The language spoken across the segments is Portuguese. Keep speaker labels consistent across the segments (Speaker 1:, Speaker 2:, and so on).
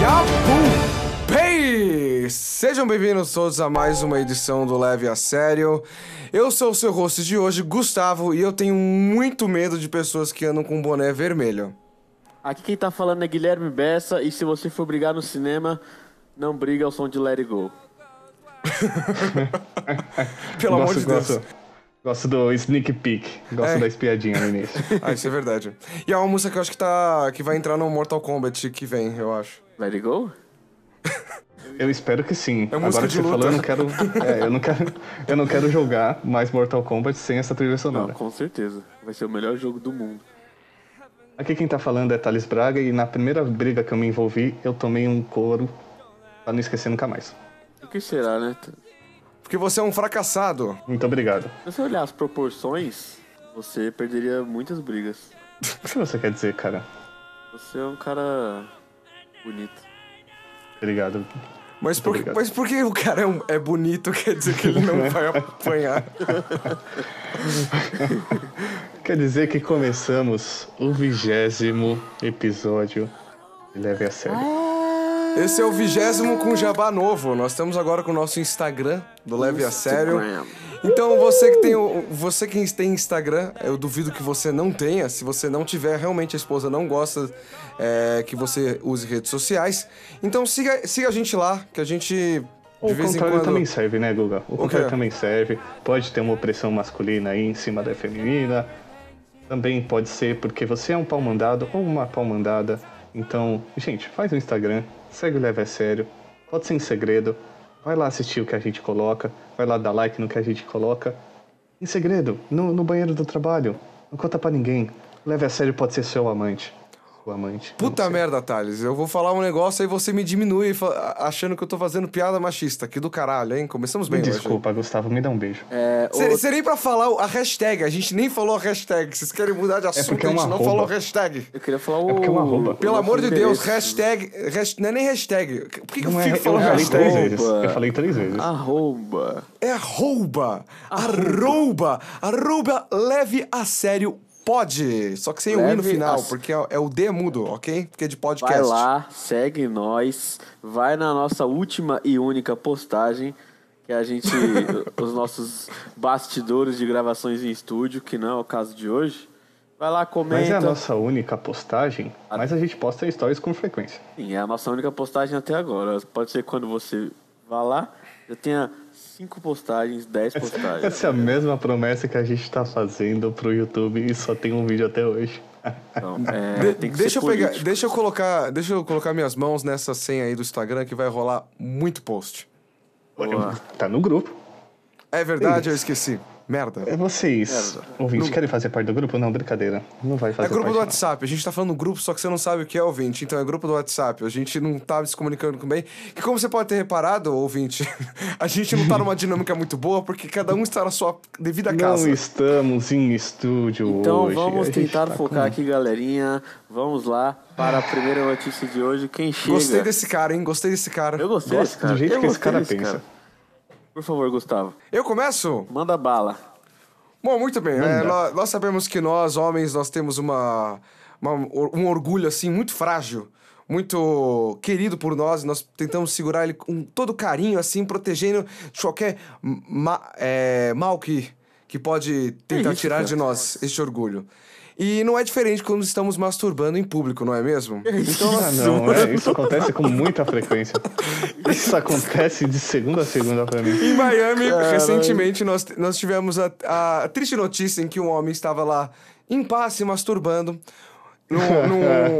Speaker 1: Yabu Pay! Sejam bem-vindos todos a mais uma edição do Leve a Sério. Eu sou o seu host de hoje, Gustavo, e eu tenho muito medo de pessoas que andam com boné vermelho.
Speaker 2: Aqui quem tá falando é Guilherme Bessa e se você for brigar no cinema, não briga ao som de Let It Go.
Speaker 1: Pelo amor
Speaker 3: Gosto,
Speaker 1: de Deus.
Speaker 3: Gosto, gosto do sneak peek. Gosto
Speaker 1: É.
Speaker 3: da espiadinha no início.
Speaker 1: Ah, isso é verdade. E é uma música que eu acho que tá. que vai entrar no Mortal Kombat que vem, eu acho.
Speaker 2: Let It Go?
Speaker 3: Eu espero que sim.
Speaker 1: É música
Speaker 3: Agora que
Speaker 1: de
Speaker 3: você
Speaker 1: luta.
Speaker 3: falou, eu não quero. é, eu não quero. Eu não quero jogar mais Mortal Kombat sem essa trilha
Speaker 2: Não,
Speaker 1: né?
Speaker 3: sonora.
Speaker 2: com certeza. Vai ser o melhor jogo do mundo.
Speaker 3: Aqui quem tá falando é Thales Braga e na primeira briga que eu me envolvi, eu tomei um couro pra não esquecer nunca mais.
Speaker 2: O que será, né? T-
Speaker 1: Porque você é um fracassado.
Speaker 3: Muito obrigado.
Speaker 2: Se você olhar as proporções, você perderia muitas brigas.
Speaker 3: O que você quer dizer, cara?
Speaker 2: Você é um cara bonito.
Speaker 3: Obrigado.
Speaker 1: Mas por,
Speaker 3: obrigado.
Speaker 1: mas por que o cara é, um- é bonito quer dizer que ele não vai apanhar?
Speaker 3: Quer dizer que começamos o vigésimo episódio de Leve a Sério.
Speaker 1: Esse é o vigésimo com jabá novo. Nós estamos agora com o nosso Instagram do Leve a Sério.
Speaker 2: Instagram.
Speaker 1: Então você que tem o- você que tem Instagram, eu duvido que você não tenha. Se você não tiver, realmente a esposa não gosta é, que você use redes sociais. Então siga, siga a gente lá, que a gente de
Speaker 3: O
Speaker 1: vez em
Speaker 3: contrário
Speaker 1: quando.
Speaker 3: também serve, né, Guga? O contrário
Speaker 1: quê?
Speaker 3: também serve. Pode ter uma opressão masculina aí em cima da feminina. Também pode ser porque você é um pau mandado ou uma pau mandada. Então, gente, faz o Instagram, segue o Leve a Sério, pode ser em segredo. Vai lá assistir o que a gente coloca, vai lá dar like no que a gente coloca. Em segredo, no, no banheiro do trabalho. Não conta pra ninguém. Leve a Sério pode ser seu amante. O amante. eu não
Speaker 1: Puta
Speaker 3: sei.
Speaker 1: merda, Thales. Eu vou falar um negócio aí você me diminui fa- achando que eu tô fazendo piada machista. Que do caralho, hein? Começamos bem
Speaker 3: Me
Speaker 1: hoje.
Speaker 3: desculpa, Gustavo, me dá um beijo.
Speaker 2: É,
Speaker 1: Cê-
Speaker 2: o...
Speaker 1: Cê nem pra falar o- a hashtag, a gente nem falou a hashtag. Vocês querem mudar de assunto,
Speaker 3: porque é
Speaker 1: a
Speaker 3: um
Speaker 1: gente não
Speaker 3: arroba.
Speaker 1: falou hashtag.
Speaker 2: Eu queria falar o.
Speaker 3: porque é uma arroba.
Speaker 2: o
Speaker 1: Pelo
Speaker 2: nosso
Speaker 1: amor de Deus,
Speaker 2: endereço.
Speaker 1: hashtag. hasht- Não é nem hashtag. Por que, que eu
Speaker 3: Não é,
Speaker 1: fico
Speaker 3: eu
Speaker 1: falando
Speaker 3: falei
Speaker 1: hashtag?
Speaker 3: três vezes.
Speaker 2: Arroba.
Speaker 3: Eu falei três vezes.
Speaker 2: Arroba.
Speaker 1: É arroba. Arroba. Arroba leve a sério pode. Só que sem o i no
Speaker 2: Leve
Speaker 1: final,
Speaker 2: a-
Speaker 1: porque é, é o D mudo, ok? Porque é de podcast.
Speaker 2: Vai lá, segue nós, vai na nossa última e única postagem, que é a gente, os nossos bastidores de gravações em estúdio, que não é o caso de hoje. Vai lá,
Speaker 3: Mas é
Speaker 2: comenta.
Speaker 3: a nossa única postagem, mas a gente posta stories com frequência.
Speaker 2: Sim, é a nossa única postagem até agora. Pode ser quando você vá lá, já tenha cinco postagens, dez postagens.
Speaker 3: Essa é a mesma promessa que a gente tá fazendo pro YouTube e só tem um vídeo até hoje.
Speaker 2: Então, é,
Speaker 1: De-
Speaker 2: tem que
Speaker 1: deixa
Speaker 2: ser
Speaker 1: eu pegar,
Speaker 2: político.
Speaker 1: deixa eu colocar, deixa eu colocar minhas mãos nessa senha aí do Instagram que vai rolar muito post.
Speaker 2: Boa.
Speaker 3: Tá no grupo.
Speaker 1: É verdade, eu esqueci. Merda.
Speaker 3: É vocês, ouvintes, querem fazer parte do grupo? Não, brincadeira. Não vai
Speaker 1: É
Speaker 3: fazer
Speaker 1: grupo
Speaker 3: parte. né?
Speaker 1: do
Speaker 3: não.
Speaker 1: WhatsApp. A gente tá falando grupo, só que você não sabe o que é, ouvinte. Então é grupo do WhatsApp. A gente não tá se comunicando com bem. E como você pode ter reparado, ouvinte, a gente não tá numa dinâmica muito boa, porque cada um está na sua devida casa.
Speaker 3: Não estamos em estúdio
Speaker 2: Então
Speaker 3: hoje.
Speaker 2: vamos
Speaker 3: A gente
Speaker 2: tentar
Speaker 3: tá
Speaker 2: focar aqui, galerinha. Vamos lá para a primeira notícia de hoje. Quem chega?
Speaker 1: Gostei desse cara, hein? Gostei desse cara.
Speaker 2: Eu gostei
Speaker 3: Gosto
Speaker 2: desse cara.
Speaker 3: do jeito
Speaker 2: Eu
Speaker 3: que esse
Speaker 2: gostei
Speaker 3: cara
Speaker 2: desse
Speaker 3: pensa.
Speaker 2: Por favor, Gustavo,
Speaker 1: Eu começo?
Speaker 2: manda bala.
Speaker 1: Bom, muito bem. É, nós, nós sabemos que nós, homens, nós temos uma, uma- um orgulho, assim, muito frágil. Muito querido por nós. Nós tentamos segurar ele com todo carinho, assim, protegendo de qualquer ma- é, mal que, que pode tentar
Speaker 2: isso,
Speaker 1: tirar
Speaker 2: cara?
Speaker 1: de nós este orgulho. E não é diferente quando estamos masturbando em público, não é mesmo?
Speaker 2: Então,
Speaker 3: Ah, não, é, isso acontece com muita frequência. Isso acontece de segunda a segunda pra mim.
Speaker 1: Em Miami, recentemente, nós, nós tivemos a, a triste notícia em que um homem estava lá em paz, se masturbando, no,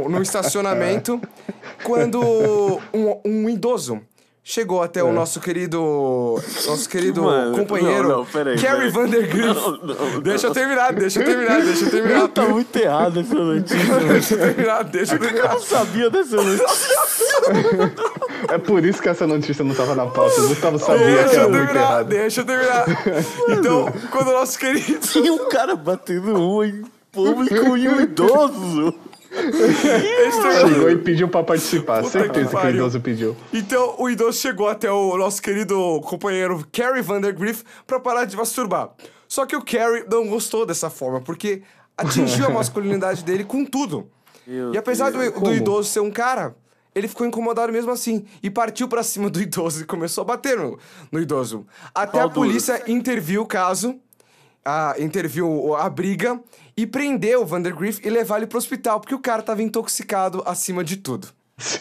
Speaker 1: no, no estacionamento, quando um, um idoso chegou até o nosso querido nosso querido
Speaker 2: É. Mano,
Speaker 1: companheiro
Speaker 2: não, não, peraí,
Speaker 1: Gary
Speaker 2: peraí.
Speaker 1: Vandergriff.
Speaker 2: Não, não,
Speaker 1: deixa eu terminar, deixa eu terminar, deixa eu terminar.
Speaker 2: tá muito errado essa notícia.
Speaker 1: deixa eu terminar, deixa eu terminar.
Speaker 2: Eu sabia dessa notícia.
Speaker 3: É por isso que essa notícia não tava na pauta. O Gustavo sabia que
Speaker 1: Deixa
Speaker 3: era
Speaker 1: eu
Speaker 3: muito
Speaker 1: terminar,
Speaker 3: errado.
Speaker 1: deixa eu terminar. Então, quando o nosso querido
Speaker 2: Tinha um cara batendo um em público e um idoso.
Speaker 3: Chegou e pediu pra participar.
Speaker 1: Puta que
Speaker 3: Certeza que, o
Speaker 1: pariu.
Speaker 3: idoso pediu.
Speaker 1: Então o idoso chegou até o nosso querido companheiro Carrie Vandergriff pra parar de masturbar. Só que o Carrie não gostou dessa forma, porque atingiu a masculinidade dele com tudo.
Speaker 2: Meu
Speaker 1: e apesar do, do idoso ser um cara, Ele ficou incomodado mesmo assim e partiu pra cima do idoso e começou a bater no, no idoso. Até
Speaker 2: Qual
Speaker 1: a polícia interviu o caso, a, interviu a briga e prendeu o Vandergriff e levar ele pro hospital, porque o cara tava intoxicado acima de tudo.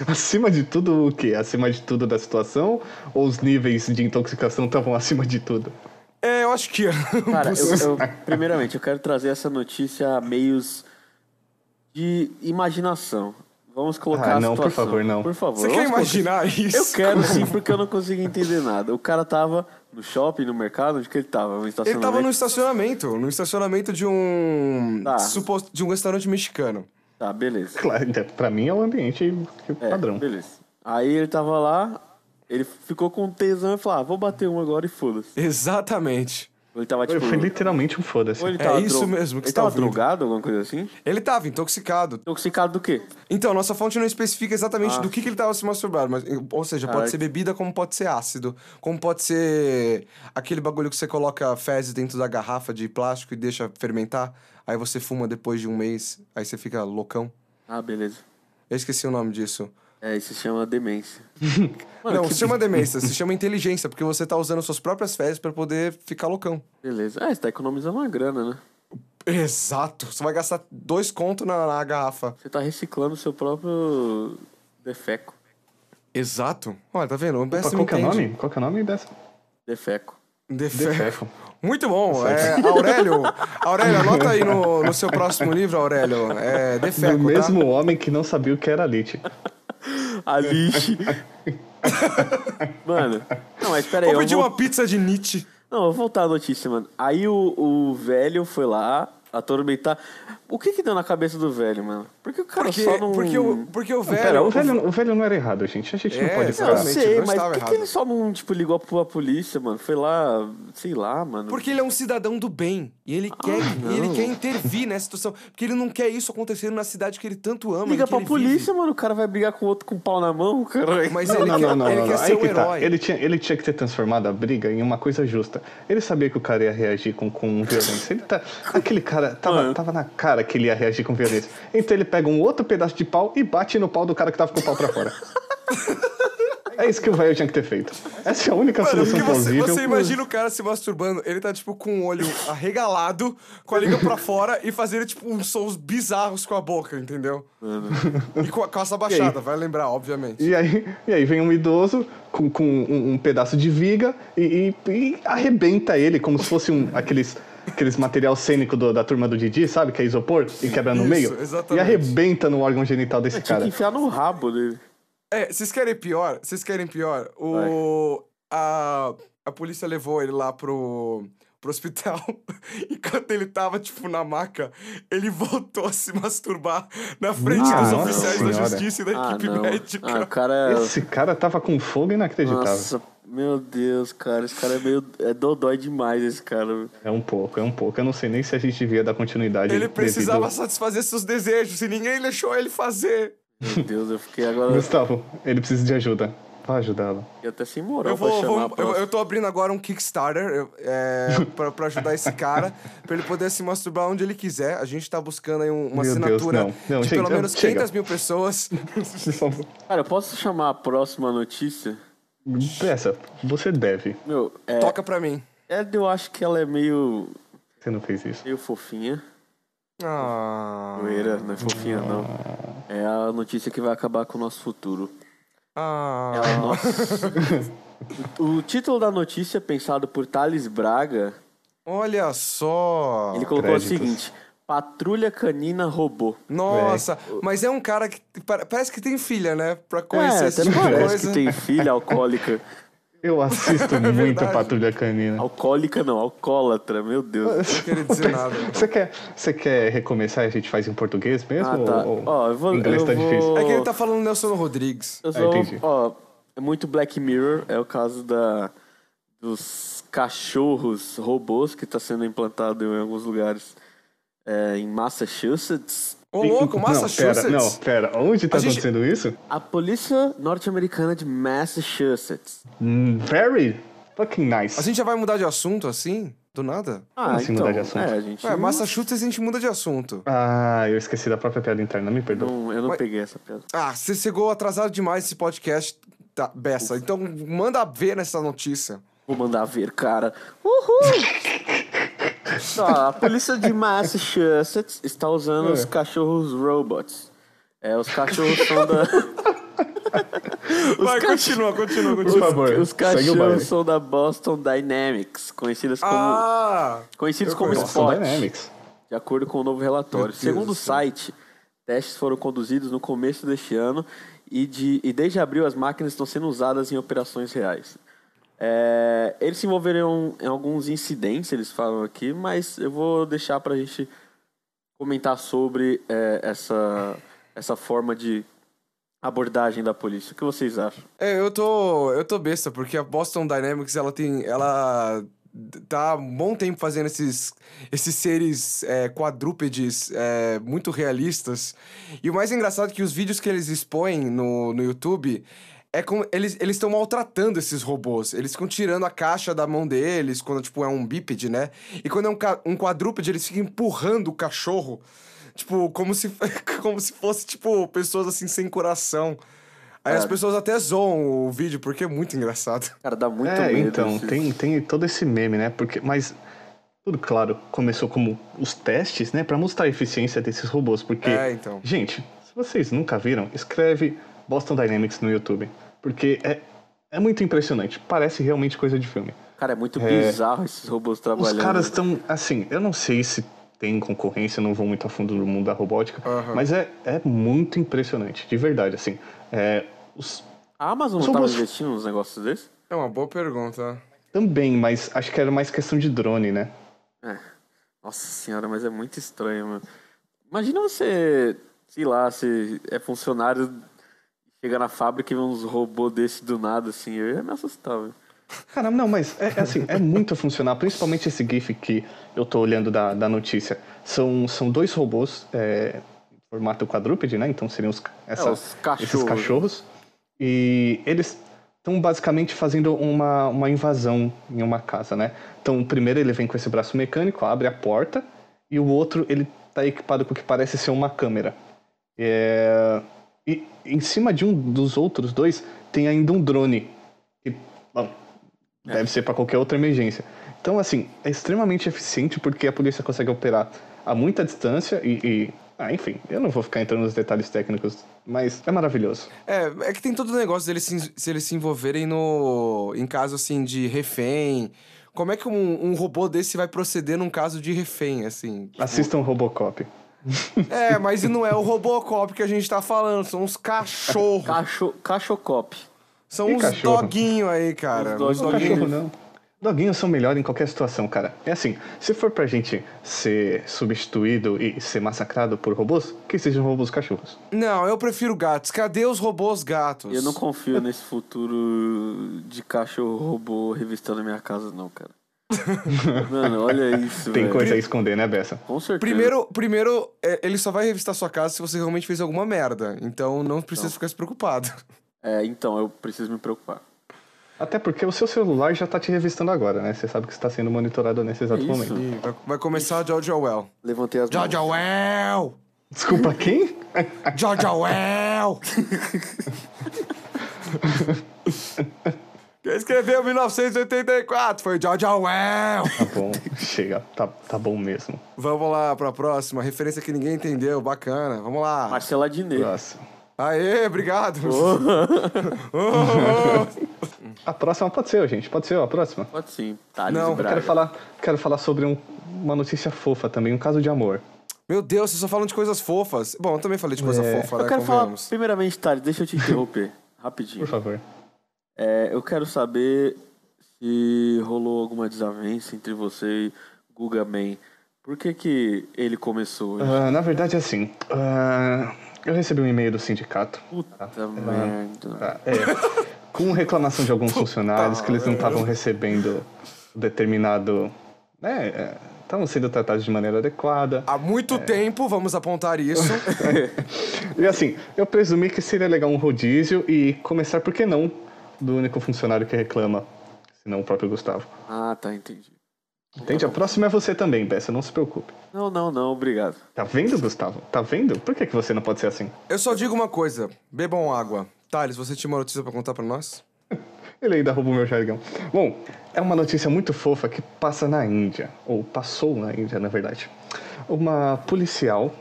Speaker 3: Acima de tudo, o quê? Acima de tudo da situação? Ou os níveis de intoxicação estavam acima de tudo?
Speaker 1: É, eu acho que.
Speaker 2: Cara, eu- eu- primeiramente, eu quero trazer essa notícia a meios de imaginação. Vamos colocar
Speaker 3: Ah,
Speaker 2: a
Speaker 3: não, por
Speaker 2: situação.
Speaker 3: favor, não.
Speaker 2: Por favor.
Speaker 1: Você quer
Speaker 2: vamos colocar-
Speaker 1: imaginar isso?
Speaker 2: Eu quero sim, porque eu não consigo entender nada. O cara tava no shopping, no mercado, onde que ele tava? No
Speaker 1: Ele
Speaker 2: estacionamento?
Speaker 1: tava no estacionamento, no estacionamento de um.
Speaker 2: Tá.
Speaker 1: supo- de um restaurante mexicano.
Speaker 2: Tá, beleza.
Speaker 3: Claro, então, pra mim é o ambiente
Speaker 2: É,
Speaker 3: padrão.
Speaker 2: Beleza. Aí ele tava lá, ele ficou com tesão e falou, ah, vou bater um agora e foda-se.
Speaker 1: Exatamente.
Speaker 2: Ele tava
Speaker 3: Foi,
Speaker 2: tipo...
Speaker 3: foi literalmente um foda-se.
Speaker 2: ou ele
Speaker 1: É
Speaker 2: tava
Speaker 1: isso
Speaker 2: dro-
Speaker 1: mesmo que
Speaker 2: Ele
Speaker 1: você tá
Speaker 2: tava
Speaker 1: ouvindo.
Speaker 2: drogado, alguma coisa assim?
Speaker 1: Ele tava intoxicado.
Speaker 2: Intoxicado do quê?
Speaker 1: Então, nossa fonte não especifica exatamente
Speaker 2: Ah.
Speaker 1: do que, que ele tava se masturbando, mas, ou seja, pode
Speaker 2: Caraca.
Speaker 1: ser bebida, como pode ser ácido, como pode ser aquele bagulho que você coloca fezes dentro da garrafa de plástico e deixa fermentar, aí você fuma depois de um mês, aí você fica loucão.
Speaker 2: Ah, beleza.
Speaker 1: Eu esqueci o nome disso.
Speaker 2: É, isso se chama demência. Mano,
Speaker 1: não,
Speaker 2: que
Speaker 1: se chama demência, se chama inteligência, porque você tá usando suas próprias fezes pra poder ficar loucão.
Speaker 2: beleza. Ah, você tá economizando uma grana, né?
Speaker 1: Exato. Você vai gastar dois contos na, na garrafa.
Speaker 2: Você tá reciclando o seu próprio defeco.
Speaker 1: Exato. Olha, tá vendo? O
Speaker 3: Opa,
Speaker 1: BS
Speaker 3: qual que é o
Speaker 1: entende.
Speaker 3: nome? Qual que é o nome dessa?
Speaker 2: Defeco.
Speaker 1: Defe...
Speaker 3: Defefo.
Speaker 1: Muito bom. É, Aurélio, Aurélio, anota aí no, no seu próximo livro, Aurélio. É
Speaker 3: Do
Speaker 1: Defeco, tá?
Speaker 3: mesmo homem que não sabia o que era lit.
Speaker 2: A lixe. mano. Não, mas pera aí.
Speaker 1: Vou
Speaker 2: Eu
Speaker 1: pedir
Speaker 2: vou...
Speaker 1: uma pizza de Nietzsche.
Speaker 2: Não, eu vou voltar à notícia, mano. Aí o, o velho foi lá atormentar. O que que deu na cabeça do velho, mano? Por que o cara
Speaker 1: Porque,
Speaker 2: só não...
Speaker 1: porque, o, porque o velho...
Speaker 3: Pera, o velho, o velho não era errado, gente. A gente
Speaker 1: É,
Speaker 3: não pode
Speaker 2: Não, eu
Speaker 3: parar.
Speaker 1: exatamente.
Speaker 2: sei,
Speaker 1: não
Speaker 2: mas
Speaker 1: estava
Speaker 2: por que, que
Speaker 1: errado.
Speaker 2: ele só não, tipo, ligou pra polícia, mano? Foi lá, sei lá, mano.
Speaker 1: Porque ele é um cidadão do bem. E ele, quer, e ele
Speaker 2: Ah, não.
Speaker 1: quer intervir nessa situação. Porque ele não quer isso acontecendo na cidade que ele tanto ama.
Speaker 2: Liga
Speaker 1: que
Speaker 2: pra
Speaker 1: ele
Speaker 2: polícia, mano. O cara vai brigar com o outro com o pau na mão, cara.
Speaker 1: Vive. Mas
Speaker 3: Não,
Speaker 1: ele
Speaker 3: não,
Speaker 1: quer,
Speaker 3: não, não,
Speaker 1: ele
Speaker 3: não,
Speaker 1: quer
Speaker 3: não.
Speaker 1: ser
Speaker 3: Aí
Speaker 1: um
Speaker 3: que tá.
Speaker 1: herói.
Speaker 3: Ele tinha, ele tinha que ter transformado a briga em uma coisa justa. Ele sabia que o cara ia reagir com, com violência. Ele tá, aquele cara
Speaker 1: É.
Speaker 3: tava, tava na cara que ele ia reagir com violência. Então ele pega um outro pedaço de pau e bate no pau do cara que tava com o pau pra fora. É isso que o velho tinha que ter feito. Essa é a única
Speaker 1: Mano,
Speaker 3: solução
Speaker 1: porque você,
Speaker 3: plausível.
Speaker 1: você imagina o cara se masturbando, ele tá, tipo, com o olho arregalado, com a língua pra fora e fazendo, tipo, uns sons bizarros com a boca, entendeu? E com a calça baixada, vai lembrar, obviamente.
Speaker 3: Uhum. E aí, e aí vem um idoso com, com um, um pedaço de viga e, e- e arrebenta ele como se fosse um, aqueles, aqueles material cênico do- da turma do Didi, sabe? Que é isopor e quebra no
Speaker 1: Isso,
Speaker 3: meio.
Speaker 1: exatamente.
Speaker 3: E arrebenta no órgão genital desse
Speaker 2: Tinha É, que
Speaker 3: cara.
Speaker 2: enfiar no rabo dele.
Speaker 1: É, vocês querem pior? Vocês querem pior? O... A, a polícia levou ele lá pro, pro hospital. Enquanto ele tava, tipo, na maca, ele voltou a se masturbar na frente
Speaker 3: Ah,
Speaker 1: dos
Speaker 3: nossa
Speaker 1: oficiais da
Speaker 3: senhora.
Speaker 1: justiça e da
Speaker 2: Ah,
Speaker 1: equipe
Speaker 2: não.
Speaker 1: médica.
Speaker 2: Ah, o cara...
Speaker 3: Esse cara tava com um fogo inacreditável.
Speaker 2: Nossa, meu Deus, cara. Esse cara é meio... É dodói demais, esse cara.
Speaker 3: É um pouco, é um pouco. Eu não sei nem se a gente devia dar continuidade.
Speaker 1: Ele precisava
Speaker 3: devido-
Speaker 1: satisfazer seus desejos e ninguém deixou ele fazer.
Speaker 2: Meu Deus, eu fiquei agora... Eu
Speaker 3: Gustavo, ele precisa de ajuda. Vai ajudá-lo.
Speaker 2: fiquei até sem moral
Speaker 1: Eu, vou,
Speaker 2: pra
Speaker 1: vou-
Speaker 2: chamar a
Speaker 1: eu,
Speaker 2: próxima.
Speaker 1: eu tô abrindo agora um Kickstarter eu- é, pra, pra ajudar esse cara, pra ele poder se masturbar onde ele quiser. A gente tá buscando aí um- uma
Speaker 3: Meu Deus,
Speaker 1: assinatura
Speaker 3: não. Não,
Speaker 1: de
Speaker 3: gente,
Speaker 1: pelo
Speaker 3: não,
Speaker 1: menos
Speaker 3: chega.
Speaker 1: 500 mil pessoas.
Speaker 3: Por favor.
Speaker 2: Cara, eu posso chamar a próxima notícia?
Speaker 3: Peça, você deve.
Speaker 2: Meu, é...
Speaker 1: Toca pra mim.
Speaker 2: é, eu acho que ela é meio...
Speaker 3: Você não fez isso.
Speaker 2: Meio fofinha.
Speaker 1: Ah,
Speaker 2: Zoeira, não é fofinha, não. É a notícia que vai acabar com o nosso futuro.
Speaker 1: ah.
Speaker 2: Ela, nossa. o o título da notícia, pensado por Thales Braga,
Speaker 1: Olha só.
Speaker 2: ele colocou
Speaker 3: créditos.
Speaker 2: o seguinte: Patrulha Canina Roubou.
Speaker 1: Nossa, mas é um cara que pa- parece que tem filha, né? Pra conhecer
Speaker 2: É,
Speaker 1: esse
Speaker 2: até
Speaker 1: tipo de
Speaker 2: parece que
Speaker 1: coisa.
Speaker 2: tem filha alcoólica.
Speaker 3: Eu assisto muito
Speaker 1: É verdade.
Speaker 3: Patrulha Canina.
Speaker 2: alcoólica não, alcoólatra, meu Deus.
Speaker 1: Não queria dizer nada.
Speaker 3: Você quer, você quer recomeçar e a gente faz em português mesmo?
Speaker 2: Ah, tá.
Speaker 3: ou- ou
Speaker 2: Ó, eu vou-
Speaker 3: inglês
Speaker 2: eu
Speaker 3: tá
Speaker 2: vou-
Speaker 3: difícil.
Speaker 1: É que ele tá falando Nelson Rodrigues.
Speaker 2: Eu
Speaker 3: Ah,
Speaker 2: sou.
Speaker 3: entendi.
Speaker 2: ó, é muito Black Mirror, é o caso da, dos cachorros robôs que está sendo implantado em alguns lugares é, em Massachusetts.
Speaker 1: Ô, louco, Massachusetts.
Speaker 3: Não, pera, não, pera. Onde tá
Speaker 1: A gente-
Speaker 3: acontecendo isso?
Speaker 2: A polícia norte-americana de Massachusetts.
Speaker 3: Hum, Very fucking nice.
Speaker 1: A gente já vai mudar de assunto assim? Do nada?
Speaker 2: Ah,
Speaker 3: assim
Speaker 2: então,
Speaker 3: mudar de assunto?
Speaker 2: é, a gente
Speaker 1: Ué,
Speaker 2: não-
Speaker 1: Massachusetts a gente muda de assunto.
Speaker 3: Ah, eu esqueci da própria piada interna, me perdoa.
Speaker 2: não- eu não
Speaker 1: Mas-
Speaker 2: peguei essa piada.
Speaker 1: Ah, você chegou atrasado demais esse podcast, tá, Bessa. Então manda ver nessa notícia.
Speaker 2: Vou mandar ver, cara. Uhul! Ó, a polícia de Massachusetts está usando
Speaker 3: É.
Speaker 2: os cachorros robots. É, os cachorros são da. Os
Speaker 1: Vai,
Speaker 2: cach-
Speaker 1: continua, continua, continua.
Speaker 2: Os,
Speaker 3: Por favor,
Speaker 2: os
Speaker 3: segue o baile.
Speaker 2: cachorros são da Boston Dynamics, conhecidas como,
Speaker 1: Ah!
Speaker 2: conhecidos
Speaker 1: eu
Speaker 2: como
Speaker 1: conheço.
Speaker 3: Nossa,
Speaker 2: Spot,
Speaker 3: Dynamics.
Speaker 2: de acordo com o novo relatório.
Speaker 1: Deus
Speaker 2: Segundo
Speaker 1: do
Speaker 2: o site, testes foram conduzidos no começo deste ano e, de, e desde abril as máquinas estão sendo usadas em operações reais. É, eles se envolveram em alguns incidentes, eles falam aqui, mas eu vou deixar para a gente comentar sobre é, essa, essa forma de abordagem da polícia. O que vocês acham?
Speaker 1: É, eu tô, eu tô besta, porque a Boston Dynamics, ela tem, ela tá há um bom tempo fazendo esses, esses seres é, quadrúpedes é, muito realistas. E o mais engraçado é que os vídeos que eles expõem no, no YouTube é como eles eles estão maltratando esses robôs. Eles ficam tirando a caixa da mão deles quando tipo é um bípede, né? E quando é um, ca- um quadrúpede, eles ficam empurrando o cachorro. Tipo, como se, como se fosse, tipo, pessoas assim sem coração. Aí as
Speaker 2: Cara.
Speaker 1: pessoas até zoam o vídeo, porque é muito engraçado.
Speaker 2: Cara, dá muito
Speaker 3: é,
Speaker 2: medo.
Speaker 3: então,
Speaker 2: esse-
Speaker 3: tem, tem todo esse meme, né? Porque, mas, tudo claro, começou como os testes, né? Pra mostrar a eficiência desses robôs, porque...
Speaker 1: É, então.
Speaker 3: Gente, se vocês nunca viram, escreve Boston Dynamics no YouTube, porque é, é muito impressionante, parece realmente coisa de filme.
Speaker 2: Cara, é muito bizarro esses robôs
Speaker 3: Os
Speaker 2: trabalhando.
Speaker 3: caras estão, assim, eu não sei se tem concorrência, eu não vou muito a fundo no mundo da robótica,
Speaker 1: Aham.
Speaker 3: mas é, é muito impressionante, de verdade, assim. É, os,
Speaker 2: A Amazon
Speaker 3: Os
Speaker 2: não tava
Speaker 3: robôs-
Speaker 2: investindo nos negócios desses?
Speaker 1: É uma boa pergunta.
Speaker 3: também, mas acho que era mais questão de drone, né?
Speaker 2: É. Nossa senhora, mas é muito estranho, mano. Imagina você, sei lá, se é funcionário, chega na fábrica e vê uns robôs desse do nada, assim, eu ia me assustar, velho.
Speaker 3: Caramba, não, mas é, é assim, é muito funcional, principalmente esse GIF que eu tô olhando da, da notícia. São, são dois robôs, é, formato quadrúpede, né? Então seriam os, ca- essa-
Speaker 2: É, os cachorros.
Speaker 3: esses cachorros. E eles estão basicamente fazendo uma, uma invasão em uma casa, né? Então, primeiro ele vem com esse braço mecânico, abre a porta, e o outro ele tá equipado com o que parece ser uma câmera. É, E em cima de um dos outros dois tem ainda um drone. Que, bom,
Speaker 2: É.
Speaker 3: deve ser para qualquer outra emergência. Então, assim, é extremamente eficiente porque a polícia consegue operar a muita distância e. e- ah, enfim, eu não vou ficar entrando nos detalhes técnicos, mas é maravilhoso.
Speaker 1: É, é que tem todo o negócio deles se, se eles se envolverem no. em caso assim de refém. Como é que um, um robô desse vai proceder num caso de refém, assim?
Speaker 2: Tipo,
Speaker 3: Assistam Robocop.
Speaker 1: É, mas e não é o Robocop que a gente tá falando, são uns cachorros.
Speaker 2: Cacho, cachocop.
Speaker 1: São
Speaker 3: Que
Speaker 1: uns
Speaker 3: cachorro?
Speaker 1: doguinho aí, cara.
Speaker 2: Uns dog-
Speaker 1: Uns
Speaker 3: Não,
Speaker 1: doguinho.
Speaker 3: cachorro não. Doguinhos são melhor em qualquer situação, cara. É assim, se for pra gente ser substituído e ser massacrado por robôs, que sejam robôs cachorros.
Speaker 1: Não, eu prefiro gatos. Cadê os robôs gatos?
Speaker 2: Eu não confio nesse futuro de cachorro robô revistando a minha casa, não, cara. Mano, olha isso,
Speaker 3: Tem
Speaker 2: velho.
Speaker 3: coisa a esconder, né, Bessa?
Speaker 2: Com certeza.
Speaker 1: Primeiro, primeiro, é, ele só vai revistar sua casa se você realmente fez alguma merda. Então não precisa ficar se preocupado.
Speaker 2: É, então, eu preciso me preocupar.
Speaker 3: Até porque o seu celular já tá te revistando agora, né? Você sabe que está sendo monitorado nesse exato
Speaker 2: É isso.
Speaker 3: momento.
Speaker 1: Vai, Então, vai começar George Orwell.
Speaker 2: Levantei as mãos.
Speaker 1: George Orwell!
Speaker 3: Desculpa, quem?
Speaker 1: George Orwell! Quem escreveu 1984 foi George Orwell!
Speaker 3: Tá bom, chega, tá, tá bom mesmo.
Speaker 1: Vamos lá pra próxima. Referência que ninguém entendeu. Bacana. Vamos lá.
Speaker 2: Marcela Diné.
Speaker 3: Nossa.
Speaker 1: Aê, obrigado.
Speaker 3: A próxima pode ser, gente, pode ser a próxima.
Speaker 2: Pode sim. Thales
Speaker 1: Não, eu
Speaker 2: e
Speaker 3: Eu
Speaker 2: Braga.
Speaker 3: quero falar, quero falar sobre um- uma notícia fofa também, um caso de amor.
Speaker 1: Meu Deus, vocês só falam de coisas fofas. Bom, eu também falei de coisa fofa, né?
Speaker 2: É. Eu quero falar,
Speaker 1: Convenhamos.
Speaker 2: primeiramente, Thales, deixa eu te interromper rapidinho.
Speaker 3: Por favor.
Speaker 2: É, eu quero saber se rolou alguma desavença entre você e Guga Man. Por que, que ele começou? hoje?
Speaker 3: Ah, na verdade, assim, ah, eu recebi um e-mail do sindicato
Speaker 1: Ah,
Speaker 2: Puta
Speaker 1: tá.
Speaker 2: merda.
Speaker 3: ah, é, com reclamação de alguns funcionários que eles não estavam recebendo determinado. né? Estavam sendo tratados de maneira adequada.
Speaker 1: Há muito tempo, vamos apontar isso.
Speaker 3: E assim, eu presumi que seria legal um rodízio e começar, por que não, do único funcionário que reclama, se não o próprio Gustavo.
Speaker 2: Ah, tá, entendi.
Speaker 3: Entende? A próxima é você também, Bessa, não se preocupe.
Speaker 2: Não, não, não, obrigado.
Speaker 3: Tá vendo, Gustavo? Tá vendo? Por que, que você não pode ser assim?
Speaker 1: Eu só digo uma coisa: bebam água. Thales, você tinha uma notícia pra contar pra nós?
Speaker 3: Ele ainda roubou meu jargão. Bom, é uma notícia muito fofa que passa na Índia, ou passou na Índia, na verdade. Uma policial,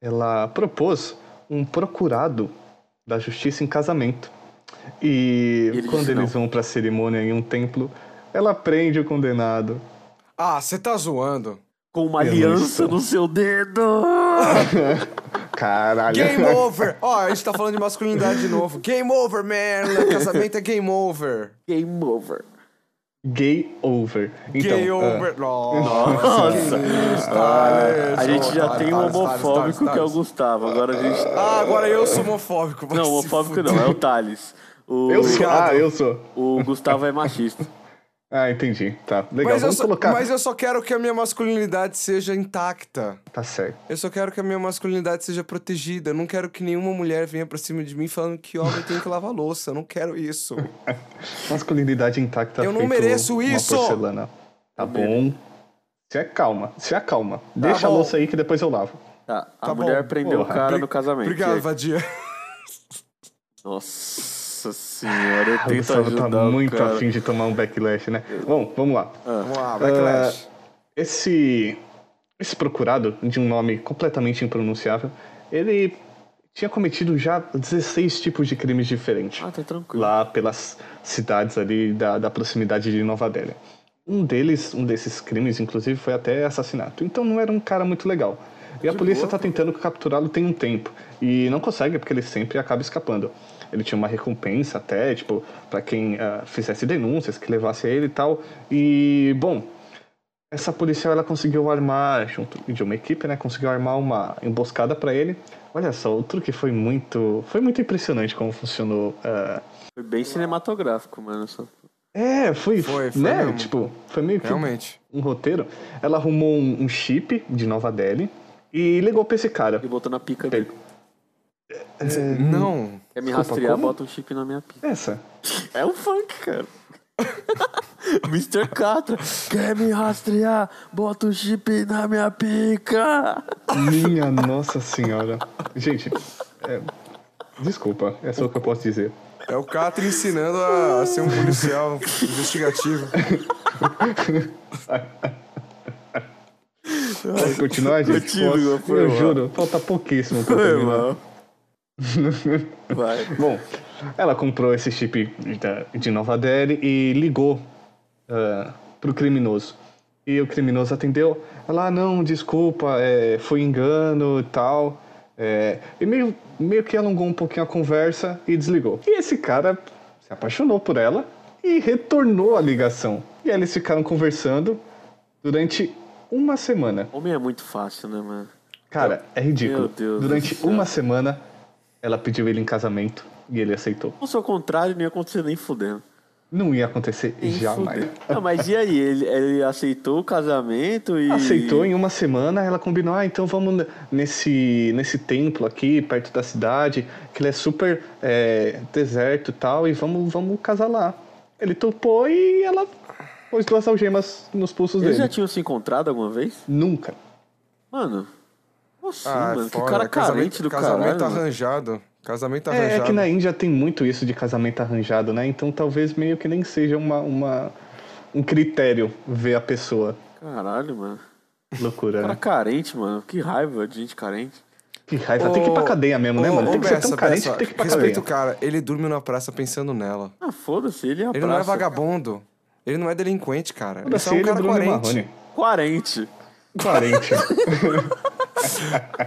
Speaker 3: ela propôs um procurado da justiça em casamento. E
Speaker 2: E ele
Speaker 3: quando
Speaker 2: disse
Speaker 3: eles vão pra cerimônia em um templo, ela prende o condenado.
Speaker 1: Ah, você tá zoando.
Speaker 2: Com uma
Speaker 3: Eu
Speaker 2: aliança
Speaker 3: não estou.
Speaker 2: no seu dedo!
Speaker 3: Caralho.
Speaker 1: Game over! Ó, a gente tá falando de masculinidade de novo. Game over, man! Casamento é game over.
Speaker 2: Game over.
Speaker 3: Gay over. Então,
Speaker 1: game
Speaker 3: ah,
Speaker 1: over. Nossa,
Speaker 2: é. Nossa. Ah,
Speaker 1: que isso, Thales.
Speaker 2: A
Speaker 1: Ah, é, Thales,
Speaker 2: gente já tem um
Speaker 1: Thales, Thales,
Speaker 2: homofóbico
Speaker 1: Thales,
Speaker 2: que é o
Speaker 1: Thales.
Speaker 2: Gustavo. Agora a gente.
Speaker 1: Ah, agora eu sou homofóbico. vai
Speaker 2: Não,
Speaker 1: se
Speaker 2: homofóbico
Speaker 1: fuder.
Speaker 2: não, é o Thales. O,
Speaker 3: Eu sou.
Speaker 1: Obrigado.
Speaker 3: Ah, eu sou.
Speaker 2: o Gustavo é machista.
Speaker 3: Ah, entendi. Tá,
Speaker 1: Mas
Speaker 3: legal.
Speaker 1: eu,
Speaker 3: Vamos
Speaker 1: só,
Speaker 3: colocar.
Speaker 1: mas eu só quero que a minha masculinidade seja intacta.
Speaker 3: Tá certo.
Speaker 1: Eu só quero que a minha masculinidade seja protegida. Eu não quero que nenhuma mulher venha pra cima de mim falando que homem tem que lavar louça. Eu não quero isso.
Speaker 3: Masculinidade intacta.
Speaker 1: Eu não
Speaker 3: feito
Speaker 1: mereço
Speaker 3: uma
Speaker 1: isso!
Speaker 3: Porcelana. Tá bom. é Se acalma, se acalma. Deixa a
Speaker 1: Tá bom.
Speaker 3: louça aí que depois eu lavo.
Speaker 2: Tá, a
Speaker 1: Tá bom,
Speaker 2: mulher prendeu
Speaker 3: porra.
Speaker 2: o cara
Speaker 1: Bri-
Speaker 2: no casamento.
Speaker 1: Obrigado, Vadia.
Speaker 2: Nossa senhora, eu
Speaker 3: Ah, o
Speaker 2: tento
Speaker 3: Gustavo
Speaker 2: ajudar
Speaker 3: tá
Speaker 2: o
Speaker 3: muito
Speaker 2: cara.
Speaker 3: afim de tomar um backlash, né? Bom, vamos lá.
Speaker 1: Vamos lá, backlash.
Speaker 3: Esse, esse procurado, de um nome completamente impronunciável, ele tinha cometido já 16 tipos de crimes diferentes.
Speaker 2: Ah, tá tranquilo.
Speaker 3: lá pelas cidades ali da, da proximidade de Nova Delhi. Um deles, um desses crimes, inclusive, foi até assassinato. Então não era um cara muito legal. E a polícia está tentando capturá-lo tem um tempo. E não consegue, porque ele sempre acaba escapando. Ele tinha uma recompensa até, tipo, para quem ah, fizesse denúncias, que levasse ele e tal. E, bom, essa policial ela conseguiu armar junto de uma equipe, né? Conseguiu armar uma emboscada pra ele. Olha só, o truque foi muito, foi muito impressionante como funcionou. ah,
Speaker 2: Foi bem cinematográfico, mano. Só...
Speaker 3: É, foi,
Speaker 1: Foi, foi
Speaker 3: né?
Speaker 1: mesmo.
Speaker 3: Tipo, foi meio que
Speaker 1: Realmente.
Speaker 3: um roteiro. Ela arrumou um, um chip de Nova Delhi e ligou pra esse cara.
Speaker 2: E botou na pica
Speaker 3: Tem-
Speaker 2: dele.
Speaker 1: Não.
Speaker 2: Quer me
Speaker 3: Desculpa,
Speaker 2: rastrear,
Speaker 3: como?
Speaker 2: bota um chip na minha pica.
Speaker 3: Essa.
Speaker 2: É um funk, cara. Mr. Catra, quer me rastrear? Bota um chip na minha pica.
Speaker 3: Minha nossa senhora. Gente, é, desculpa, é só o que eu posso dizer.
Speaker 1: É o Catra ensinando a ser um policial investigativo.
Speaker 3: Pode continuar, gente?
Speaker 2: Continua,
Speaker 3: Posso?
Speaker 2: foi
Speaker 3: eu
Speaker 2: mal.
Speaker 3: juro, falta pouquíssimo pra
Speaker 2: Foi,
Speaker 3: terminar.
Speaker 2: mano. Vai.
Speaker 3: Bom, ela comprou esse chip da- de Nova Delhi e ligou ah, pro criminoso. E o criminoso atendeu. Ela, ah, não, desculpa, é, foi engano e tal. É, e meio, meio que alongou um pouquinho a conversa e desligou. E esse cara se apaixonou por ela e retornou a ligação. E aí eles ficaram conversando durante uma semana.
Speaker 2: Homem é muito fácil, né, mano?
Speaker 3: Cara, é ridículo.
Speaker 2: Meu Deus
Speaker 3: Durante
Speaker 2: do céu.
Speaker 3: uma semana, ela pediu ele em casamento e ele aceitou.
Speaker 2: Se fosse ao contrário, não ia acontecer nem fudendo.
Speaker 3: Não ia acontecer
Speaker 2: Nem
Speaker 3: jamais.
Speaker 2: fudendo. Não, mas e aí? Ele, ele aceitou o casamento e.
Speaker 3: Aceitou em uma semana, ela combinou, ah, então vamos ne- nesse, nesse templo aqui, perto da cidade, que ele é super é, deserto e tal, e vamos, vamos casar lá. Ele topou e ela pôs duas algemas nos pulsos
Speaker 2: Eles
Speaker 3: dele.
Speaker 2: já tinham se encontrado alguma vez?
Speaker 3: Nunca.
Speaker 2: Mano. Como assim,
Speaker 1: Ah, é
Speaker 2: mano? Que
Speaker 1: foda.
Speaker 2: cara carente
Speaker 1: Casamento-
Speaker 2: do
Speaker 1: Casamento
Speaker 2: caralho. mano.
Speaker 1: arranjado. Casamento
Speaker 3: É, é
Speaker 1: arranjado.
Speaker 3: que na Índia tem muito isso de casamento arranjado, né? Então talvez meio que nem seja uma, uma, um critério ver a pessoa.
Speaker 2: Caralho, mano.
Speaker 3: Loucura,
Speaker 2: Cara
Speaker 3: né?
Speaker 2: carente, mano. Que raiva de gente carente.
Speaker 3: Que raiva. Tem que ir pra cadeia mesmo, né,
Speaker 1: Ô,
Speaker 3: mano?
Speaker 1: ô,
Speaker 3: Tem que ser tão
Speaker 1: Bessa,
Speaker 3: carente
Speaker 1: Bessa,
Speaker 3: que tem que ir pra
Speaker 1: Respeita
Speaker 3: cadeia.
Speaker 1: o cara, ele dorme na praça pensando nela.
Speaker 2: Ah, foda-se, ele é a
Speaker 1: Ele não é vagabundo. Ele não é delinquente, cara. Ele é só
Speaker 3: Foda-se
Speaker 1: um
Speaker 3: ele,
Speaker 1: cara
Speaker 3: Bruno e
Speaker 1: coerente.
Speaker 3: Marrone.
Speaker 2: Quarente.
Speaker 3: Coerente.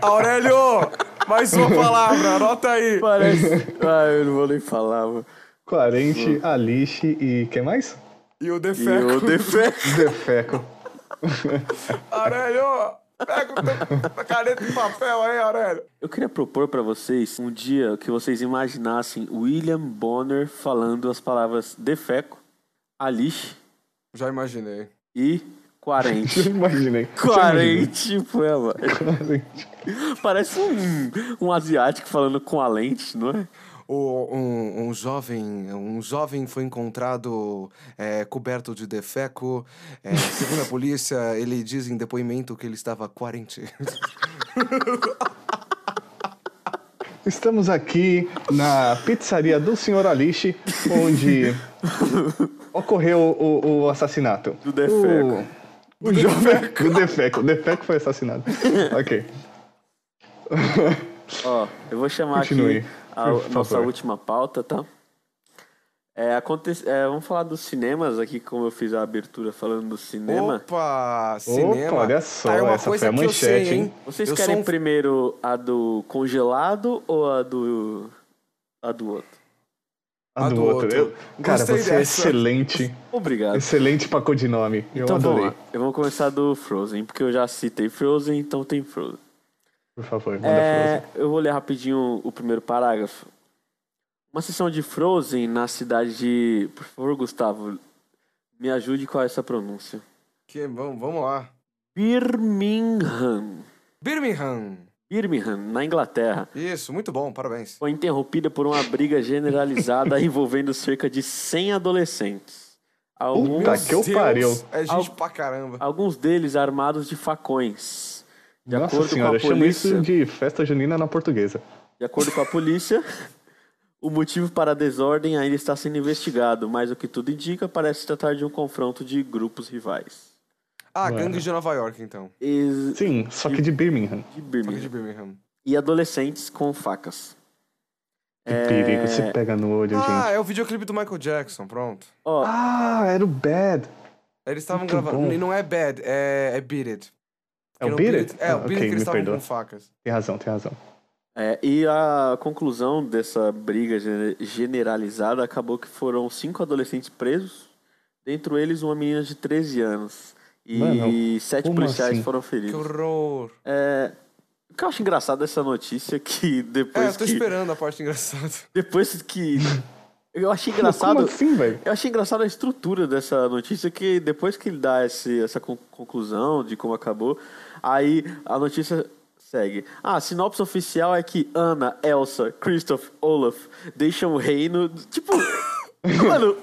Speaker 1: Aurélio! Mais uma palavra, anota aí.
Speaker 2: Parece. ah, eu não vou nem falar, mano.
Speaker 3: Coerente, Alice e quem mais?
Speaker 1: E o
Speaker 2: E
Speaker 1: defeco.
Speaker 2: eu defeco.
Speaker 3: Defeco.
Speaker 1: Aurélio! Pega o teu- a caneta de papel aí, Aurélio.
Speaker 2: Eu queria propor pra vocês um dia que vocês imaginassem William Bonner falando as palavras defeco, alixe
Speaker 1: Já imaginei.
Speaker 2: e quarente.
Speaker 3: Eu imaginei.
Speaker 2: Quarente, foi ela.
Speaker 3: Coerente.
Speaker 2: Parece um, um asiático falando com a lente, não é?
Speaker 1: o- um, um jovem um jovem foi encontrado é, coberto de defeco. É, segundo a polícia, ele diz em depoimento que ele estava coerente.
Speaker 3: Estamos aqui na pizzaria do Sr. Alice, onde ocorreu o, o assassinato.
Speaker 2: Do Defeco.
Speaker 3: O, o jovem. Do Defeco. O Defeco foi assassinado. Ok.
Speaker 2: Ó, eu vou chamar
Speaker 3: Continue,
Speaker 2: aqui a
Speaker 3: por favor.
Speaker 2: nossa última pauta, tá? É, aconte... é, vamos falar dos cinemas aqui, como eu fiz a abertura falando do cinema.
Speaker 1: Opa, cinema.
Speaker 3: olha só,
Speaker 1: Ah, é uma
Speaker 3: essa
Speaker 1: coisa
Speaker 3: foi a
Speaker 1: que eu
Speaker 3: manchete,
Speaker 1: sei,
Speaker 3: hein?
Speaker 2: Vocês
Speaker 1: Eu
Speaker 2: querem
Speaker 1: sou um-
Speaker 2: primeiro a do congelado ou a do. a do outro?
Speaker 3: A do outro. Eu- cara,
Speaker 1: Gostei
Speaker 3: você é
Speaker 1: dessa.
Speaker 3: excelente.
Speaker 2: Obrigado.
Speaker 3: Excelente pra codinome. Eu
Speaker 2: então vamos
Speaker 3: adorei.
Speaker 2: lá. Eu vou começar do Frozen, porque eu já citei Frozen, então tem Frozen.
Speaker 3: Por favor, manda
Speaker 2: É,
Speaker 3: Frozen.
Speaker 2: eu vou ler rapidinho o primeiro parágrafo. Uma sessão de Frozen na cidade de. Por favor, Gustavo, me ajude com essa pronúncia.
Speaker 1: Que, vamos, vamos lá.
Speaker 2: Birmingham.
Speaker 1: Birmingham.
Speaker 2: Birmingham, na Inglaterra.
Speaker 1: Isso, muito bom, parabéns.
Speaker 2: Foi interrompida por uma briga generalizada envolvendo cerca de 100 adolescentes. Alguns,
Speaker 3: Puta que eu pariu.
Speaker 1: É gente
Speaker 2: Al-
Speaker 1: pra caramba.
Speaker 2: alguns deles armados de facões. De
Speaker 3: Nossa
Speaker 2: acordo
Speaker 3: senhora, eu
Speaker 2: com a
Speaker 3: chamo
Speaker 2: polícia.
Speaker 3: isso de festa junina na portuguesa.
Speaker 2: De acordo com a polícia, o motivo para a desordem ainda está sendo investigado, mas o que tudo indica parece se tratar de um confronto de grupos rivais.
Speaker 1: Ah,
Speaker 3: Ué.
Speaker 1: gangue de Nova York, então.
Speaker 2: Ex
Speaker 3: Sim, só que de Birmingham.
Speaker 2: de
Speaker 1: Só que de
Speaker 2: Birmingham.
Speaker 1: Birmingham.
Speaker 2: E adolescentes com facas.
Speaker 3: Que
Speaker 2: É.
Speaker 3: perigo, se pega no olho,
Speaker 1: Ah,
Speaker 3: gente.
Speaker 1: é o videoclipe do Michael Jackson, pronto.
Speaker 2: Ó,
Speaker 3: Ah, era o Bad.
Speaker 1: Eles estavam
Speaker 3: Muito
Speaker 1: gravando.
Speaker 3: bom.
Speaker 1: E não é Bad, é, é Beat It.
Speaker 3: É o
Speaker 1: Era
Speaker 3: Beat It?
Speaker 1: É,
Speaker 3: Ah,
Speaker 1: o Beat It
Speaker 3: ok,
Speaker 1: que
Speaker 3: me
Speaker 1: eles estavam
Speaker 3: perdoa.
Speaker 1: com facas.
Speaker 3: Tem razão, tem razão.
Speaker 2: é, e a conclusão dessa briga gene- generalizada acabou que foram cinco adolescentes presos, dentre eles uma menina de 13 anos. E
Speaker 3: Mano,
Speaker 2: sete
Speaker 3: como
Speaker 2: policiais
Speaker 3: assim?
Speaker 2: foram
Speaker 1: Que
Speaker 2: feridos.
Speaker 1: horror.
Speaker 2: É, o que eu acho engraçado dessa notícia é que
Speaker 1: É,
Speaker 2: depois
Speaker 1: eu tô
Speaker 2: que...
Speaker 1: esperando a parte engraçada.
Speaker 2: Depois que. Eu achei
Speaker 3: Como
Speaker 2: engraçado.
Speaker 3: assim, velho?
Speaker 2: Eu achei engraçada a estrutura dessa notícia, que depois que ele dá esse- essa con- conclusão de como acabou, aí a notícia segue. Ah, a sinopse oficial é que Ana, Elsa, Christoph, Olaf deixam o reino. Tipo. Mano,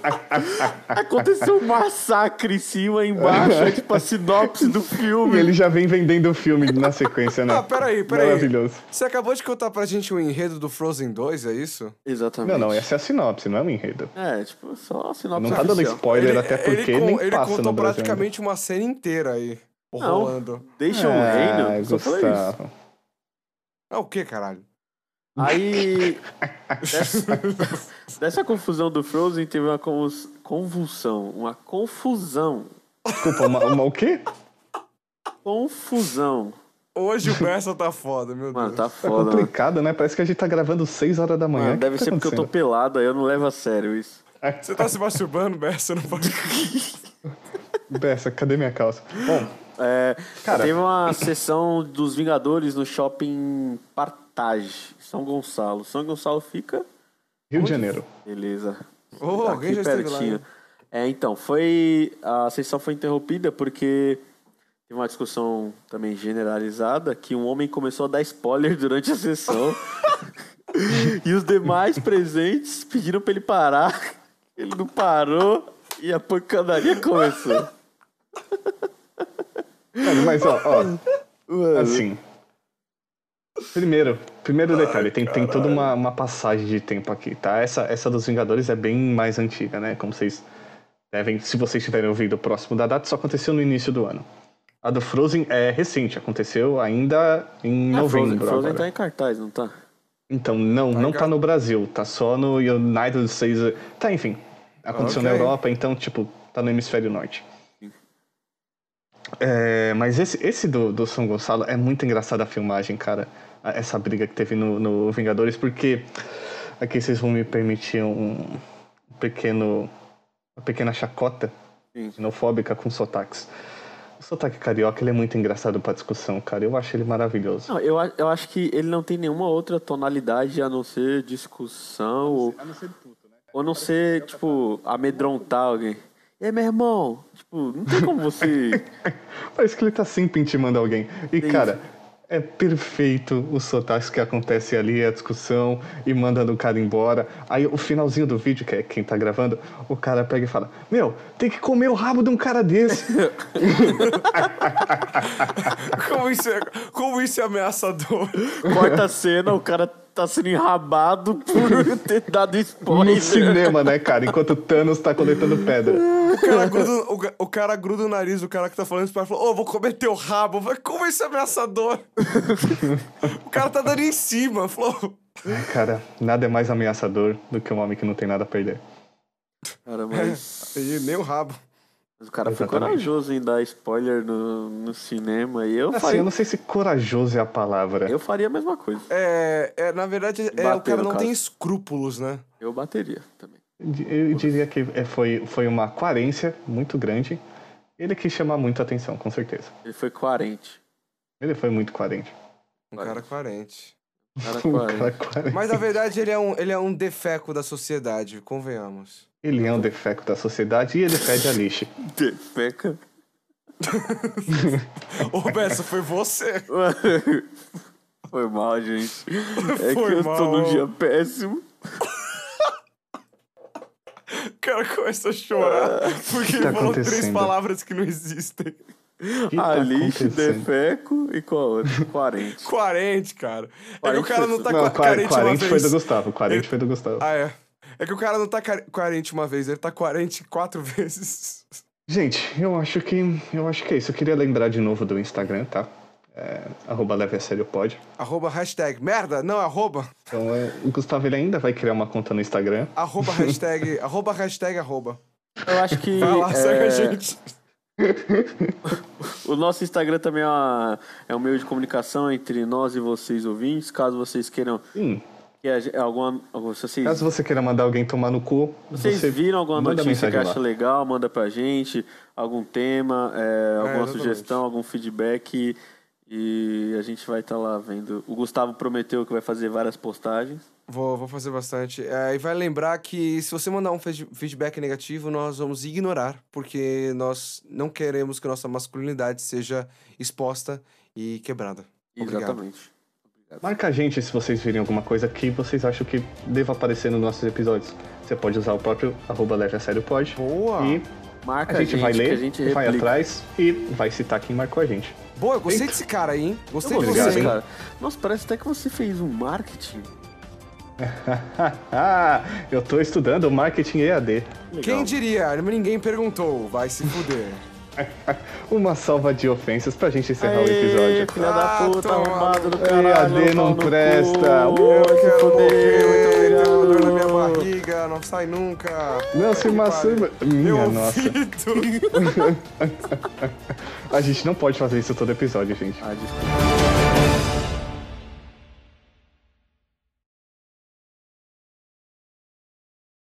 Speaker 2: aconteceu um massacre em cima e embaixo, é tipo a sinopse do
Speaker 3: E
Speaker 2: filme.
Speaker 3: ele já vem vendendo o filme na sequência, né?
Speaker 1: Ah, peraí, peraí.
Speaker 3: Maravilhoso.
Speaker 1: Você acabou de contar pra gente o enredo do Frozen 2, é isso?
Speaker 2: Exatamente.
Speaker 3: Não, não, essa é a sinopse, não é um enredo.
Speaker 2: É, tipo, só a sinopse
Speaker 3: Não tá dando
Speaker 2: oficial.
Speaker 3: spoiler, até
Speaker 1: ele
Speaker 3: porque
Speaker 1: con-
Speaker 3: nem
Speaker 1: ele
Speaker 3: passa
Speaker 1: contou
Speaker 3: no Brasil
Speaker 1: praticamente um uma cena inteira aí.
Speaker 2: Não.
Speaker 1: Rolando.
Speaker 2: Deixam o
Speaker 3: ainda. Ah,
Speaker 2: reino? Só falei isso.
Speaker 3: Gustavo.
Speaker 1: Ah, o que, caralho?
Speaker 2: Aí. dessa, dessa confusão do Frozen teve uma convus- convulsão. Uma confusão.
Speaker 3: Desculpa, uma, uma o quê?
Speaker 2: Confusão.
Speaker 1: Hoje o Bersa tá foda, meu
Speaker 2: Mano,
Speaker 1: Deus.
Speaker 2: tá
Speaker 3: Tá
Speaker 2: foda, mano.
Speaker 3: complicado, né? Parece que a gente tá gravando 6 horas da
Speaker 1: Ah,
Speaker 3: manhã.
Speaker 2: Mano,
Speaker 3: O que
Speaker 2: deve
Speaker 3: tá
Speaker 2: ser porque eu tô
Speaker 3: acontecendo?
Speaker 2: pelado, aí eu não levo a sério isso.
Speaker 1: Você tá se masturbando, Bersa? Não pode.
Speaker 3: Bessa, cadê minha calça? Bom,
Speaker 2: É,
Speaker 3: Cara.
Speaker 2: Teve uma sessão dos Vingadores no shopping Partage, São Gonçalo. São Gonçalo fica.
Speaker 3: Rio de Janeiro.
Speaker 2: Beleza.
Speaker 1: Ô, alguém já esteve lá, né? hein?
Speaker 2: Tá É, então, foi. A sessão foi interrompida porque teve uma discussão também generalizada que um homem começou a dar spoiler durante a sessão. e os demais presentes pediram pra ele parar. Ele não parou e a pancadaria começou.
Speaker 3: Cara, mas ó, ó. Assim. Primeiro, primeiro
Speaker 2: Ah,
Speaker 3: detalhe, tem, tem toda uma, uma passagem de tempo aqui, tá? Essa, essa dos Vingadores é bem mais antiga, né? Como vocês devem, se vocês tiverem ouvido próximo da data, só aconteceu no início do ano. A do Frozen é recente, aconteceu ainda em
Speaker 2: Ah,
Speaker 3: novembro.
Speaker 2: Frozen, Frozen
Speaker 3: agora.
Speaker 2: tá em cartaz, não tá?
Speaker 3: Então, não, não
Speaker 1: ligado?
Speaker 3: tá no Brasil, tá só no United States. Tá, enfim. Aconteceu na
Speaker 1: Ok.
Speaker 3: Europa, então, tipo, tá no hemisfério norte. É, mas esse, esse do, do São Gonçalo é muito engraçada a filmagem, cara. A- Essa briga que teve no, no Vingadores, porque. Aqui vocês vão me permitir um pequeno. Uma pequena chacota
Speaker 2: Sim.
Speaker 3: xenofóbica com sotaques. O sotaque carioca ele é muito engraçado pra discussão, cara. Eu acho ele maravilhoso.
Speaker 2: Não, eu, a- eu acho que ele não tem nenhuma outra tonalidade a não ser discussão ou. Ou não ser, tipo, amedrontar alguém. E aí, meu irmão? Tipo, não tem como você.
Speaker 3: Parece que ele tá sempre intimando alguém. E, cara, É perfeito os sotaques que acontece ali, a discussão e mandando o cara embora. Aí o finalzinho do vídeo, que é quem tá gravando, o cara pega e fala: Meu, tem que comer o rabo de um cara desse.
Speaker 1: como, isso é, como isso é ameaçador.
Speaker 2: Corta a cena, o cara tá sendo enrabado por ter dado spoiler.
Speaker 3: No cinema, né, cara? Enquanto o Thanos tá coletando pedra.
Speaker 1: O cara gruda o, ga- o cara gruda o nariz do cara que tá falando isso pra ele e fala: Ô, vou comer teu rabo. Eu falei, Como isso é ameaçador? o cara tá dando em cima. Falou.
Speaker 3: Ai, cara, nada é mais ameaçador do que um homem que não tem nada a perder.
Speaker 2: Cara, mas.
Speaker 1: E nem o rabo.
Speaker 2: mas o cara foi
Speaker 3: Exatamente.
Speaker 2: corajoso em dar spoiler no, no cinema. E eu,
Speaker 3: Assim,
Speaker 2: faria,
Speaker 3: eu não sei se corajoso é a palavra.
Speaker 2: eu faria a mesma coisa.
Speaker 1: É, é, na verdade, é,
Speaker 2: Bateu,
Speaker 1: o cara
Speaker 2: no
Speaker 1: não
Speaker 2: caso.
Speaker 1: tem escrúpulos, né?
Speaker 2: Eu bateria também.
Speaker 3: Di- Eu diria que é, foi, foi uma coerência muito grande. Ele quis chamar muito a atenção, com certeza.
Speaker 2: Ele foi coerente.
Speaker 3: Ele foi muito coerente.
Speaker 1: Um cara coerente.
Speaker 2: O Cara é
Speaker 3: Um
Speaker 2: coerente.
Speaker 3: cara coerente.
Speaker 1: Mas na verdade ele é um, ele é um defeco da sociedade, convenhamos.
Speaker 3: Ele é um defeco da sociedade e ele pede a lixa.
Speaker 2: Defeca.
Speaker 1: Ô, Bessa, foi você.
Speaker 2: Foi mal, gente. É
Speaker 1: Foi
Speaker 2: que eu tô num
Speaker 1: mal.
Speaker 2: dia péssimo.
Speaker 1: O cara começa a chorar porque ele
Speaker 3: tá
Speaker 1: falou três
Speaker 3: acontecendo?
Speaker 1: palavras que não existem.
Speaker 3: O que tá
Speaker 2: Alice,
Speaker 3: acontecendo?
Speaker 2: defeco e qual outra? Coerente.
Speaker 1: Coerente, cara. É que o
Speaker 2: Coerente
Speaker 1: cara não tá
Speaker 3: Não,
Speaker 1: co- carente uma
Speaker 3: coerente foi
Speaker 1: vez.
Speaker 3: do Gustavo. Coerente
Speaker 1: Ele-
Speaker 3: foi do Gustavo.
Speaker 1: Ah, é. É que o cara não tá car- coerente uma vez, ele tá coerente quatro vezes.
Speaker 3: Gente, eu acho que eu acho que é isso. Eu queria lembrar de novo do Instagram, tá? É, arroba leve a sério pode.
Speaker 1: Arroba hashtag merda, não, arroba.
Speaker 3: Então, é, o Gustavo ele ainda vai criar uma conta no Instagram.
Speaker 1: Arroba hashtag, arroba hashtag arroba.
Speaker 2: Eu acho que.
Speaker 1: Vai lá,
Speaker 2: é,
Speaker 1: segue a gente.
Speaker 2: O nosso Instagram também é, uma- é um meio de comunicação entre nós e vocês ouvintes. Caso vocês queiram
Speaker 3: Sim.
Speaker 2: que a gente- alguma. alguma- se vocês,
Speaker 3: Caso você queira mandar alguém tomar no cu,
Speaker 2: vocês
Speaker 3: você
Speaker 2: viram alguma
Speaker 3: manda
Speaker 2: notícia que
Speaker 3: mensagem lá.
Speaker 2: acha legal, manda pra gente. Algum tema, é, alguma
Speaker 1: exatamente.
Speaker 2: sugestão, algum feedback. E a gente vai estar lá vendo. O Gustavo prometeu que vai fazer várias postagens.
Speaker 1: Vou, vou fazer bastante. É, e vai lembrar que se você mandar um feed- feedback negativo, nós vamos ignorar, porque nós não queremos que nossa masculinidade seja exposta e quebrada. Obrigado.
Speaker 2: Exatamente.
Speaker 3: Marca a gente se vocês virem alguma coisa que vocês acham que deva aparecer nos nossos episódios. Você pode usar o próprio arroba leve a sério pode.
Speaker 1: Boa!
Speaker 3: E
Speaker 2: Marca
Speaker 3: a gente, vai
Speaker 2: que
Speaker 3: ler,
Speaker 2: a gente
Speaker 3: vai
Speaker 2: replica.
Speaker 3: atrás e vai citar quem marcou a gente.
Speaker 1: Boa, eu gostei desse cara aí, hein?
Speaker 2: Eu
Speaker 1: Gostei de
Speaker 2: gostei,
Speaker 3: Obrigado,
Speaker 1: você,
Speaker 3: hein?
Speaker 1: hein?
Speaker 2: cara. Nossa, parece até que você fez um marketing.
Speaker 3: Ah, Eu tô estudando marketing EAD.
Speaker 2: Legal.
Speaker 1: Quem diria? Ninguém perguntou. Vai se fuder.
Speaker 3: Uma salva de ofensas pra gente encerrar o
Speaker 2: Aê,
Speaker 3: episódio.
Speaker 2: Filha
Speaker 1: Ah,
Speaker 2: da puta,
Speaker 1: toma.
Speaker 2: arrombado do
Speaker 3: Ei,
Speaker 2: caralho.
Speaker 3: AD não
Speaker 2: pau no
Speaker 3: presta.
Speaker 2: cu.
Speaker 3: Eu
Speaker 2: Vai se
Speaker 1: quero
Speaker 2: fuder,
Speaker 1: morrer,
Speaker 2: muito
Speaker 1: eu tenho dor na minha
Speaker 2: obrigado.
Speaker 1: barriga, não sai nunca.
Speaker 3: Não se
Speaker 1: Que
Speaker 3: masturba.
Speaker 1: pariu.
Speaker 3: Minha
Speaker 1: Meu
Speaker 3: nossa.
Speaker 1: ouvido.
Speaker 3: A gente não pode fazer isso todo episódio, gente.
Speaker 2: Ah, desculpa.